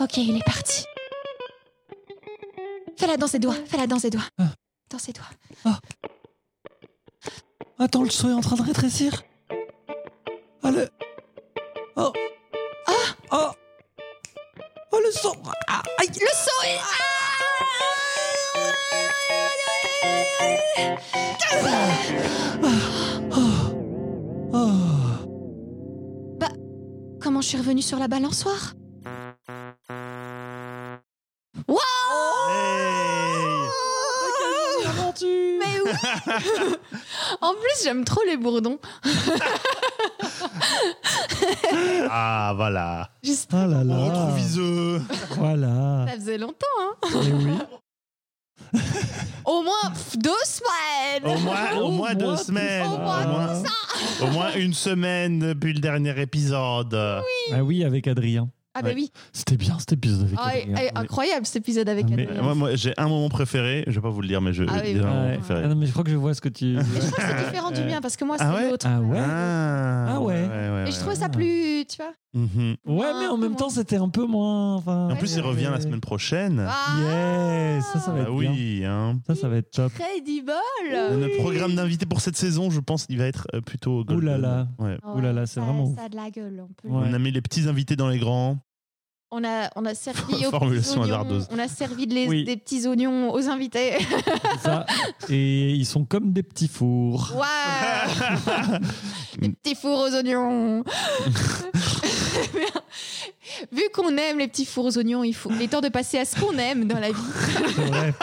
Speaker 1: Ok, il est parti. Fais-la dans ses doigts, fais-la dans ses doigts.
Speaker 2: Ah.
Speaker 1: Dans ses doigts.
Speaker 2: Attends, le seau est en train de rétrécir Ah, le... Oh
Speaker 1: Ah
Speaker 2: Oh Oh, le seau Ah, Aïe
Speaker 1: Le saut est... Ah
Speaker 2: Oh
Speaker 1: Comment je suis revenue sur la balançoire Wow
Speaker 3: Hey
Speaker 2: Oh, Aventure
Speaker 1: Oh, Mais oui En plus, j'aime trop les bourdons.
Speaker 3: ah voilà.
Speaker 1: Juste,
Speaker 2: Ah là
Speaker 3: On
Speaker 2: là
Speaker 3: retrouve Iseux.
Speaker 2: Voilà
Speaker 1: ça faisait longtemps, hein
Speaker 2: Eh oui.
Speaker 1: Au moins pff, deux semaines
Speaker 3: Au moins,
Speaker 2: Au
Speaker 3: au moins
Speaker 2: moins tout
Speaker 3: deux semaines.
Speaker 1: ça. Au moins
Speaker 2: tout
Speaker 3: au moins une semaine depuis le dernier épisode.
Speaker 2: Ah oui, avec Adrien.
Speaker 1: Ah bah
Speaker 3: Ouais.
Speaker 1: oui
Speaker 2: C'était bien cet épisode avec
Speaker 1: Ah,
Speaker 2: Adrien.
Speaker 1: et- et Incroyable cet épisode avec
Speaker 2: Mais-
Speaker 1: Adrien.
Speaker 3: Moi, moi, j'ai un moment préféré. Je vais pas vous le dire, mais je.
Speaker 1: Ah oui,
Speaker 3: j'ai un
Speaker 1: oui.
Speaker 3: moment
Speaker 2: Ouais.
Speaker 3: préféré.
Speaker 2: Ah non, mais je crois que je vois ce que tu.
Speaker 1: Mais je trouve que c'est différent du mien parce que moi c'est
Speaker 3: Ah ouais
Speaker 1: l'autre.
Speaker 2: Ah ouais
Speaker 3: Ah,
Speaker 2: Ah ouais.
Speaker 1: Et je trouvais ça
Speaker 2: Ah.
Speaker 1: plus, tu vois.
Speaker 3: Mhm.
Speaker 2: Ouais, mais en même temps, c'était un peu moins. Enfin...
Speaker 3: En plus, il revient la semaine prochaine.
Speaker 1: Ah,
Speaker 2: Yes, ça, ça va
Speaker 3: Bah
Speaker 2: être bien. Ah
Speaker 3: oui, hein.
Speaker 2: Ça, ça va être top.
Speaker 1: Credible
Speaker 3: Le programme d'invités pour cette saison, je pense, il va être euh, plutôt.
Speaker 2: Ouh
Speaker 3: golden.
Speaker 2: là là.
Speaker 3: Ouais.
Speaker 2: Ouh là là, c'est
Speaker 1: Oh, ça,
Speaker 2: vraiment
Speaker 1: Ça a de la gueule, on peut le
Speaker 2: Ouais.
Speaker 3: On a mis les petits invités dans les grands.
Speaker 1: On a, on a servi aux
Speaker 3: Formulation
Speaker 1: petits oignons,
Speaker 3: hasardeuse.
Speaker 1: on a servi de les-
Speaker 2: Oui.
Speaker 1: des petits oignons aux invités.
Speaker 2: Ça. Et ils sont comme des petits fours.
Speaker 1: Waouh Des petits fours aux oignons. Vu qu'on aime les petits fours aux oignons, il faut il est temps de passer à ce qu'on aime dans la vie.
Speaker 2: C'est vrai.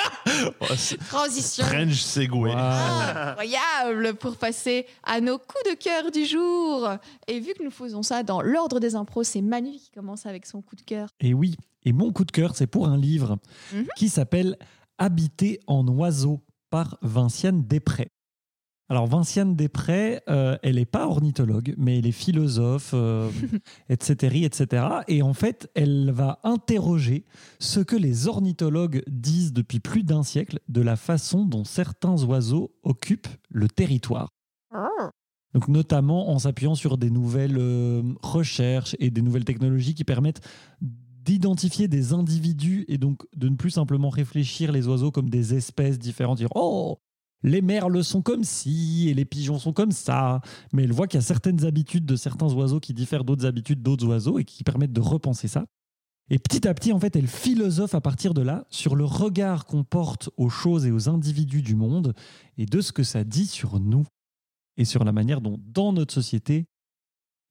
Speaker 3: Oh, c'est-
Speaker 1: Transition
Speaker 3: Strange Segway.
Speaker 1: Ah, incroyable pour passer à nos coups de cœur du jour. Et vu que nous faisons ça dans l'ordre des impros, c'est Manu qui commence avec son coup de cœur.
Speaker 2: Et oui, et mon coup de cœur, c'est pour un livre
Speaker 1: Mhm.
Speaker 2: qui s'appelle Habiter en oiseau par Vinciane Després. Alors, Vinciane Després, euh, elle n'est pas ornithologue, mais elle est philosophe, euh, etc., etc. Et en fait, elle va interroger ce que les ornithologues disent depuis plus d'un siècle de la façon dont certains oiseaux occupent le territoire. Donc notamment en s'appuyant sur des nouvelles euh, recherches et des nouvelles technologies qui permettent d'identifier des individus et donc de ne plus simplement réfléchir les oiseaux comme des espèces différentes, dire oh les merles sont comme ci et les pigeons sont comme ça, mais elle voit qu'il y a certaines habitudes de certains oiseaux qui diffèrent d'autres habitudes d'autres oiseaux et qui permettent de repenser ça. Et petit à petit, en fait, elle philosophe à partir de là sur le regard qu'on porte aux choses et aux individus du monde et de ce que ça dit sur nous et sur la manière dont, dans notre société,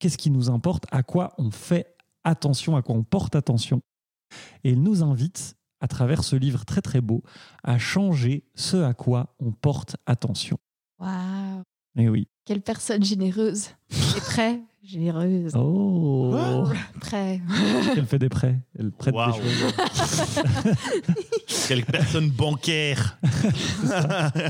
Speaker 2: qu'est-ce qui nous importe, à quoi on fait attention, à quoi on porte attention. Et il nous invite, à travers ce livre très très beau, à changer ce à quoi on porte attention.
Speaker 1: Waouh
Speaker 2: Et oui.
Speaker 1: Quelle personne généreuse Et très généreuse.
Speaker 2: Oh
Speaker 1: Très.
Speaker 2: Elle fait des prêts. Elle prête
Speaker 3: Waouh.
Speaker 2: des choses.
Speaker 3: Quelle personne bancaire.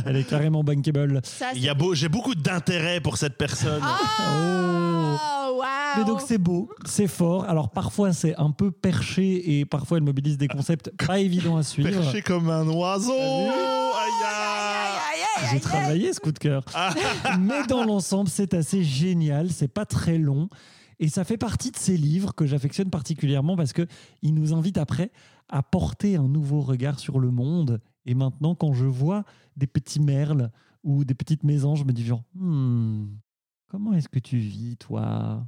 Speaker 2: Elle est carrément bankable.
Speaker 1: Ça,
Speaker 3: Il y a beau, j'ai beaucoup d'intérêt pour cette personne.
Speaker 2: Ah.
Speaker 3: Ah.
Speaker 1: Oh,
Speaker 2: Mais donc c'est beau, c'est fort. Alors parfois c'est un peu perché et parfois elle mobilise des concepts pas évidents à suivre.
Speaker 3: Perché comme un oiseau.
Speaker 2: Ah,
Speaker 3: Aïe, aïe.
Speaker 2: J'ai travaillé ce coup de cœur. Mais dans l'ensemble, c'est assez génial, c'est pas très long. Et ça fait partie de ces livres que j'affectionne particulièrement parce que ils nous invitent après à porter un nouveau regard sur le monde. Et maintenant, quand je vois des petits merles ou des petites mésanges, je me dis genre, Hmm, comment est-ce que tu vis, toi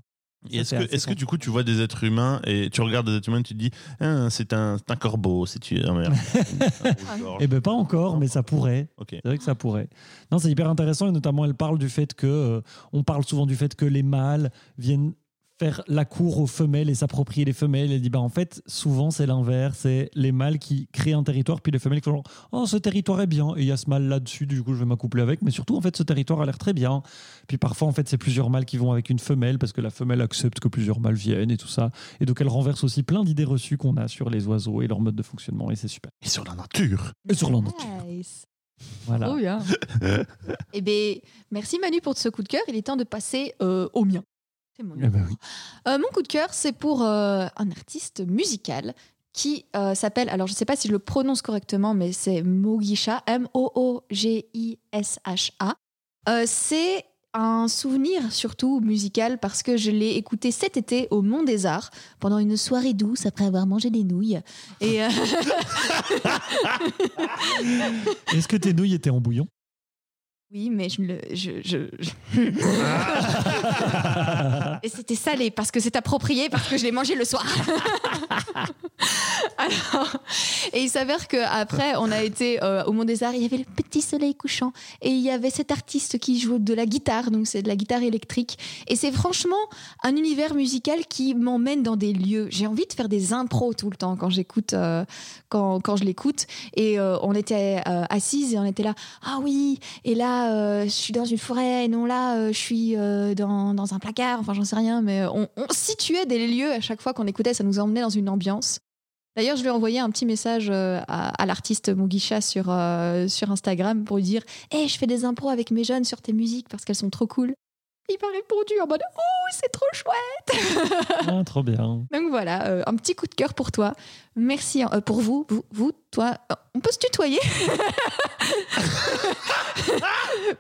Speaker 3: Et Est-ce
Speaker 2: Ça fait
Speaker 3: que,
Speaker 2: assez
Speaker 3: est-ce que du coup tu vois des êtres humains et tu regardes des êtres humains et tu te dis Ah, c'est un, c'est un corbeau, c'est tu. Ah, merde. Un rouge-gorge.
Speaker 2: Eh ben pas encore, mais ça pourrait.
Speaker 3: Ok.
Speaker 2: C'est vrai que ça pourrait. Non, c'est hyper intéressant et notamment elle parle du fait que euh, on parle souvent du fait que les mâles viennent faire la cour aux femelles et s'approprier les femelles. Elle dit bah en fait souvent c'est l'inverse, c'est les mâles qui créent un territoire puis les femelles qui font genre, oh ce territoire est bien et il y a ce mâle là dessus du coup je vais m'accoupler avec mais surtout en fait ce territoire a l'air très bien. Puis parfois en fait c'est plusieurs mâles qui vont avec une femelle parce que la femelle accepte que plusieurs mâles viennent et tout ça et donc elle renverse aussi plein d'idées reçues qu'on a sur les oiseaux et leur mode de fonctionnement et c'est super.
Speaker 3: Et sur la nature.
Speaker 2: Et sur l'endroit.
Speaker 1: Nice.
Speaker 2: Voilà.
Speaker 1: Trop bien. eh bien, merci Manu pour ce coup de cœur. Il est temps de passer euh, au mien. C'est mon
Speaker 2: Eh ben oui.
Speaker 1: Euh, mon coup de cœur, c'est pour euh, un artiste musical qui euh, s'appelle, alors je ne sais pas si je le prononce correctement, mais c'est Mogisha, M-O-O-G-I-S-H-A. Euh, c'est un souvenir surtout musical parce que je l'ai écouté cet été au Mont des Arts pendant une soirée douce après avoir mangé des nouilles. Et euh,
Speaker 2: Est-ce que tes nouilles étaient en bouillon
Speaker 1: oui, mais je le. je- je- je- Et c'était salé parce que c'est approprié, parce que je l'ai mangé le soir. Alors, et il s'avère qu'après, on a été euh, au Mont des Arts, il y avait le petit soleil couchant et il y avait cet artiste qui joue de la guitare, donc c'est de la guitare électrique. Et c'est franchement un univers musical qui m'emmène dans des lieux. J'ai envie de faire des impros tout le temps quand j'écoute, euh, quand, quand je l'écoute. Et euh, on était euh, assises et on était là, ah oui, et là, euh, je suis dans une forêt, et non là, euh, je suis euh, dans, dans un placard, enfin j'en sais rien, mais on, on situait des lieux à chaque fois qu'on écoutait, ça nous emmenait dans une ambiance. D'ailleurs, je lui ai envoyé un petit message euh, à, à l'artiste Mugisha sur, euh, sur Instagram pour lui dire Hé, je fais des impros avec mes jeunes sur tes musiques parce qu'elles sont trop cool. Il m'a répondu en mode Oh, c'est trop chouette
Speaker 2: Ah, Trop bien.
Speaker 1: donc voilà, euh, un petit coup de cœur pour toi. Merci hein, euh, pour vous, vous, vous, toi. Euh, On peut se tutoyer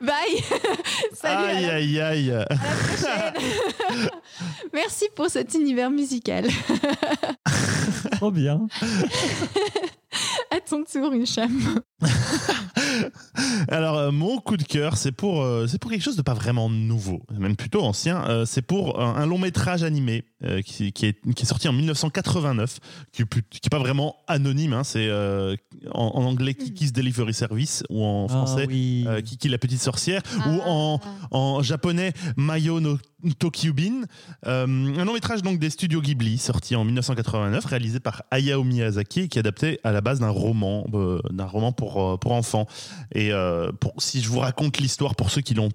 Speaker 1: Bye Salut à
Speaker 3: aïe,
Speaker 1: la-
Speaker 3: aïe, aïe.
Speaker 1: à la prochaine. Merci pour cet univers musical.
Speaker 2: Trop bien.
Speaker 1: À ton tour, une chame.
Speaker 3: Alors, euh, mon coup de cœur, c'est pour, euh, c'est pour quelque chose de pas vraiment nouveau, même plutôt ancien. Euh, c'est pour un, un long métrage animé euh, qui, qui est, qui est sorti en 1989, qui n'est pas vraiment anonyme. hein, c'est euh, en, en anglais Kiki's Delivery Service ou en français
Speaker 2: Hmm. Ah oui. Ah.
Speaker 3: euh, Kiki la petite sorcière ou en, en japonais Mayo no Tokyubin. Euh, un long métrage donc des studios Ghibli sorti en 1989, réalisé par Hayao Miyazaki et qui est adapté à la base d'un roman, euh, d'un roman pour pour, euh, pour enfants. Et euh, pour, si je vous raconte l'histoire pour ceux qui l'ont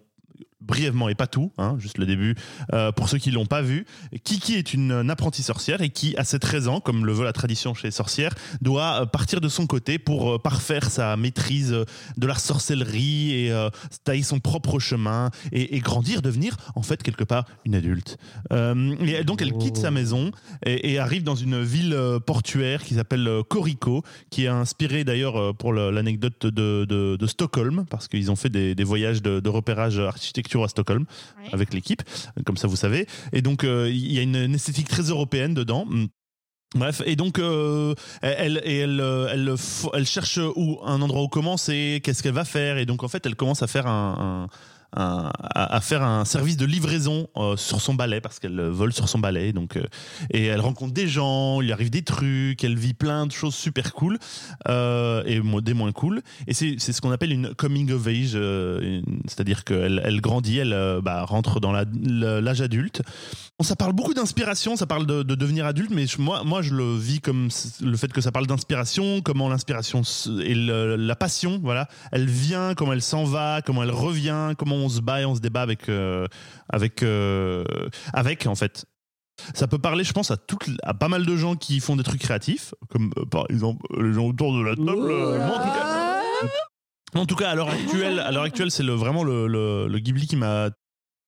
Speaker 3: brièvement et pas tout, hein, juste le début, euh, pour ceux qui l'ont pas vu, Kiki est une, euh, apprentie sorcière et qui, à ses 13 ans, comme le veut la tradition chez les sorcières, doit euh, partir de son côté pour euh, parfaire sa maîtrise euh, de la sorcellerie et euh, tailler son propre chemin et, et grandir, devenir en fait quelque part une adulte. Euh, et donc elle quitte
Speaker 2: Oh.
Speaker 3: sa maison et, et arrive dans une ville euh, portuaire qui s'appelle euh, Corico, qui est inspirée d'ailleurs euh, pour le- l'anecdote de, de- de Stockholm, parce qu'ils ont fait des, des voyages de, de repérage architecture à Stockholm
Speaker 1: Ouais.
Speaker 3: avec l'équipe, comme ça vous savez. Et donc euh, il y a une, une esthétique très européenne dedans. Mm. Bref, et donc euh, elle, et elle, euh, elle, f- elle cherche où un endroit où commencer, qu'est-ce qu'elle va faire, et donc en fait elle commence à faire un, un- un- à à faire un service de livraison euh, sur son balai parce qu'elle euh, vole sur son balai, donc euh, et elle rencontre des gens, il lui arrive des trucs, elle vit plein de choses super cool euh, et mo- des moins cool. Et c'est c'est ce qu'on appelle une coming of age, euh, une- c'est-à-dire qu'elle elle grandit, elle euh, bah, rentre dans la- le- l'âge adulte. Bon, ça parle beaucoup d'inspiration, ça parle de, de devenir adulte, mais je- moi, moi je le vis comme s- le fait que ça parle d'inspiration, comment l'inspiration se- et le- la passion, voilà, elle vient, comment elle s'en va, comment elle revient, comment on se bat et on se débat avec, euh, avec, euh, avec en fait. Ça peut parler, je pense, à, toutes, à pas mal de gens qui font des trucs créatifs, comme euh, par exemple euh, les gens autour de la table. euh,
Speaker 1: Ah.
Speaker 3: moi, en tout cas, en tout cas, à l'heure actuelle, à l'heure actuelle, c'est le, vraiment le, le, le Ghibli qui m'a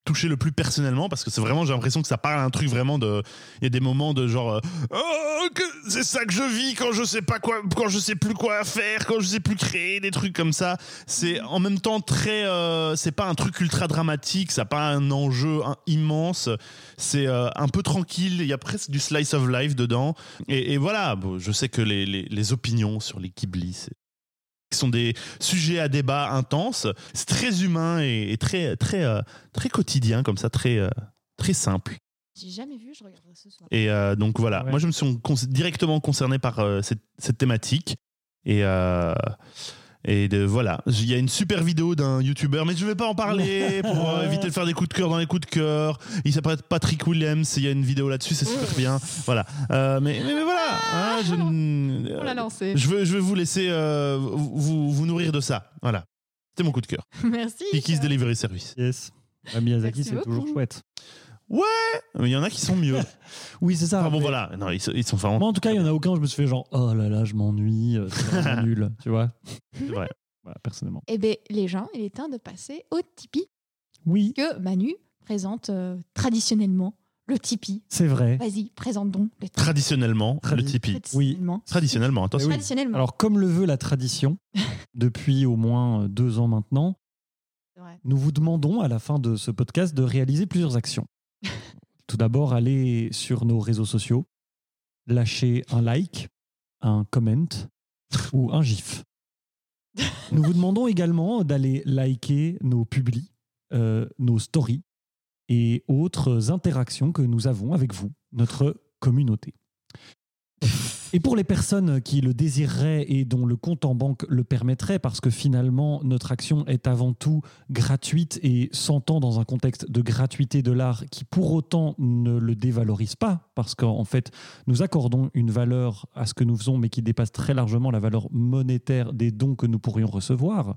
Speaker 3: touché le plus personnellement parce que c'est vraiment j'ai l'impression que ça parle à un truc vraiment de il y a des moments de genre euh, oh que- c'est ça que je vis quand je sais pas quoi quand je sais plus quoi faire quand je sais plus créer des trucs comme ça c'est en même temps très euh, c'est pas un truc ultra dramatique ça a pas un enjeu hein, immense c'est euh, un peu tranquille il y a presque du slice of life dedans et, et voilà bon, je sais que les, les, les opinions sur les Ghibli c'est qui sont des sujets à débat intenses. C'est très humain et, et très, très, euh, très quotidien, comme ça, très, euh, très simple.
Speaker 1: J'ai jamais vu, je regarderai ce soir.
Speaker 3: Et euh, donc voilà,
Speaker 2: Ouais.
Speaker 3: moi je me suis con- directement concerné par euh, cette, cette thématique. Et, euh, et de, voilà, il y a une super vidéo d'un youtubeur, mais je ne vais pas en parler pour euh, éviter de faire des coups de cœur dans les coups de cœur. Il s'appelle Patrick Williams, il y a une vidéo là-dessus, c'est super bien. Voilà, Euh, mais, mais, mais voilà, hein, je n-
Speaker 1: On l'a lancé.
Speaker 3: je veux, je veux vous laisser euh, vous, vous nourrir de ça. Voilà. C'était mon coup de cœur.
Speaker 1: Merci.
Speaker 3: Kiki's
Speaker 2: euh,
Speaker 3: Delivery Service.
Speaker 2: Yes. Ah, Miyazaki,
Speaker 1: Merci
Speaker 2: c'est toujours
Speaker 1: beaucoup.
Speaker 2: chouette.
Speaker 3: Mais il y en a qui sont mieux.
Speaker 2: Oui, c'est ça.
Speaker 3: Enfin bon,
Speaker 2: Ah, mais-
Speaker 3: voilà. Non, ils, sont- ils sont vraiment.
Speaker 2: Moi, en tout cas, il y en a aucun où je me suis fait genre, oh là là, je m'ennuie, euh, c'est vraiment nul, tu vois.
Speaker 3: C'est vrai.
Speaker 2: Voilà, personnellement.
Speaker 1: Eh bien, les gens, il est temps de passer au Tipeee
Speaker 2: Oui,
Speaker 1: que Manu présente euh, traditionnellement. Le Tipeee.
Speaker 2: c'est vrai.
Speaker 1: Vas-y, présente donc le Tipeee.
Speaker 3: Traditionnellement,
Speaker 2: Tradi-
Speaker 3: le Tipeee.
Speaker 1: Traditionnellement.
Speaker 3: Eh Traditionnellement, attention.
Speaker 2: oui.
Speaker 1: Traditionnellement.
Speaker 2: Alors, comme le veut la tradition, depuis au moins euh, deux ans maintenant,
Speaker 1: c'est vrai.
Speaker 2: nous vous demandons à la fin de ce podcast de réaliser plusieurs actions. Tout d'abord, aller sur nos réseaux sociaux, lâcher un like, un comment ou un gif. Nous vous demandons également d'aller liker nos publis, euh, nos stories et autres interactions que nous avons avec vous, notre communauté. Et pour les personnes qui le désireraient et dont le compte en banque le permettrait, parce que finalement notre action est avant tout gratuite et s'entend dans un contexte de gratuité de l'art qui pour autant ne le dévalorise pas, parce qu'en fait nous accordons une valeur à ce que nous faisons, mais qui dépasse très largement la valeur monétaire des dons que nous pourrions recevoir.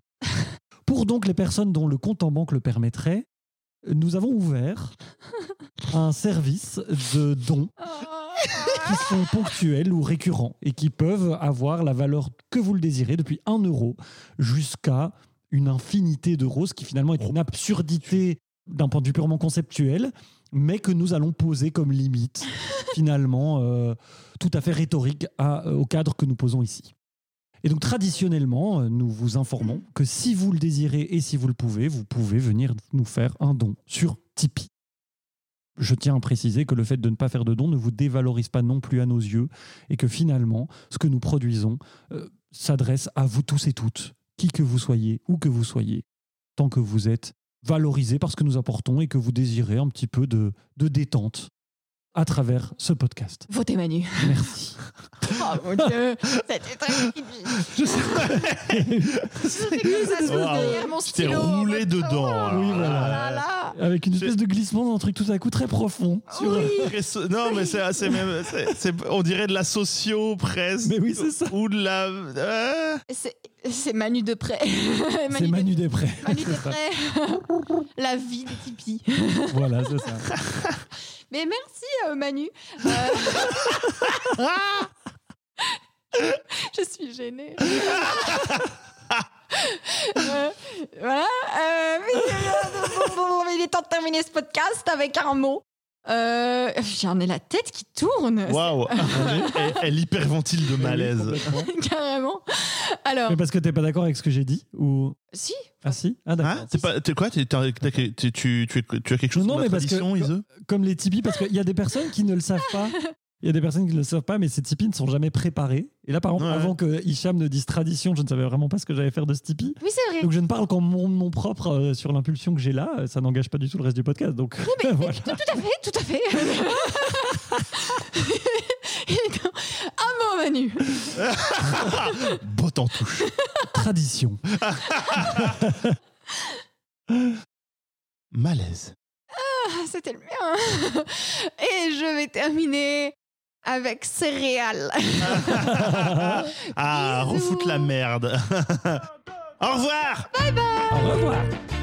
Speaker 2: pour donc les personnes dont le compte en banque le permettrait, nous avons ouvert un service de dons
Speaker 1: Oh.
Speaker 2: qui sont ponctuels ou récurrents et qui peuvent avoir la valeur que vous le désirez, depuis 1 euro jusqu'à une infinité d'euros, ce qui finalement est une absurdité d'un point de vue purement conceptuel, mais que nous allons poser comme limite, finalement, euh, tout à fait rhétorique à- euh, au cadre que nous posons ici. Et donc traditionnellement, euh, nous vous informons que si vous le désirez et si vous le pouvez, vous pouvez venir nous faire un don sur Tipeee. Je tiens à préciser que le fait de ne pas faire de dons ne vous dévalorise pas non plus à nos yeux et que finalement, ce que nous produisons euh, s'adresse à vous tous et toutes, qui que vous soyez, où que vous soyez, tant que vous êtes valorisé par ce que nous apportons et que vous désirez un petit peu de, de détente à travers ce podcast.
Speaker 1: Votez Manu.
Speaker 2: Merci.
Speaker 1: Oh mon dieu, c'était très Je sais que ça se passe
Speaker 3: Wow.
Speaker 1: derrière mon
Speaker 3: Tu t'es
Speaker 1: stylo,
Speaker 3: roulé
Speaker 1: votre-
Speaker 3: dedans, Ah alors.
Speaker 2: Oui, voilà.
Speaker 1: Oh là là.
Speaker 2: Avec une espèce de glissement dans un truc tout à coup très profond. sur-
Speaker 3: Très so- Non, mais c'est c'est même. c'est- c'est- on dirait de la socio presque.
Speaker 2: Mais oui, c'est ça.
Speaker 3: Ou de la. euh,
Speaker 1: C'est- C'est Manu de près.
Speaker 2: C'est
Speaker 1: de-
Speaker 2: Manu Després.
Speaker 1: Manu
Speaker 2: C'est ça.
Speaker 1: Després. La vie des tipis.
Speaker 2: Voilà, c'est ça.
Speaker 1: Mais merci euh, Manu. Euh, Je suis gênée. Euh, voilà. euh, mais, euh, bon, il est temps de terminer ce podcast avec un mot. Euh, J'en ai la tête qui tourne.
Speaker 3: Waouh elle, elle hyperventile de malaise.
Speaker 2: Oui, complètement.
Speaker 1: Carrément. Alors,
Speaker 2: Mais parce que t'es pas d'accord avec ce que j'ai dit ou
Speaker 1: si,
Speaker 2: ah si ah d'accord
Speaker 3: Hein T'es pas- t'es quoi T'es- t'as- t'as- t'es- tu, tu, tu es- tu as quelque chose
Speaker 2: Non,
Speaker 3: dans
Speaker 2: mais
Speaker 3: la
Speaker 2: parce que-
Speaker 3: tradition, Ise
Speaker 2: comme les Tipeee parce qu'il y a des personnes qui ne le savent pas il y a des personnes qui ne le savent pas mais ces Tipeee ne sont jamais préparés et là par exemple
Speaker 3: Ouais.
Speaker 2: avant que Hicham ne dise tradition je ne savais vraiment pas ce que j'allais faire de ce Tipeee
Speaker 1: oui c'est vrai.
Speaker 2: donc je ne parle qu'en mon nom propre euh, sur l'impulsion que j'ai là Euh, ça n'engage pas du tout le reste du podcast donc voilà
Speaker 1: Tout à fait, tout à fait. Et donc, un mot Manu.
Speaker 3: Botte en touche.
Speaker 2: tradition
Speaker 3: Malaise.
Speaker 1: Ah, c'était le mien. Et je vais terminer avec céréales.
Speaker 3: Ah,
Speaker 1: Bisous.
Speaker 3: refoute la merde. Au revoir
Speaker 2: au revoir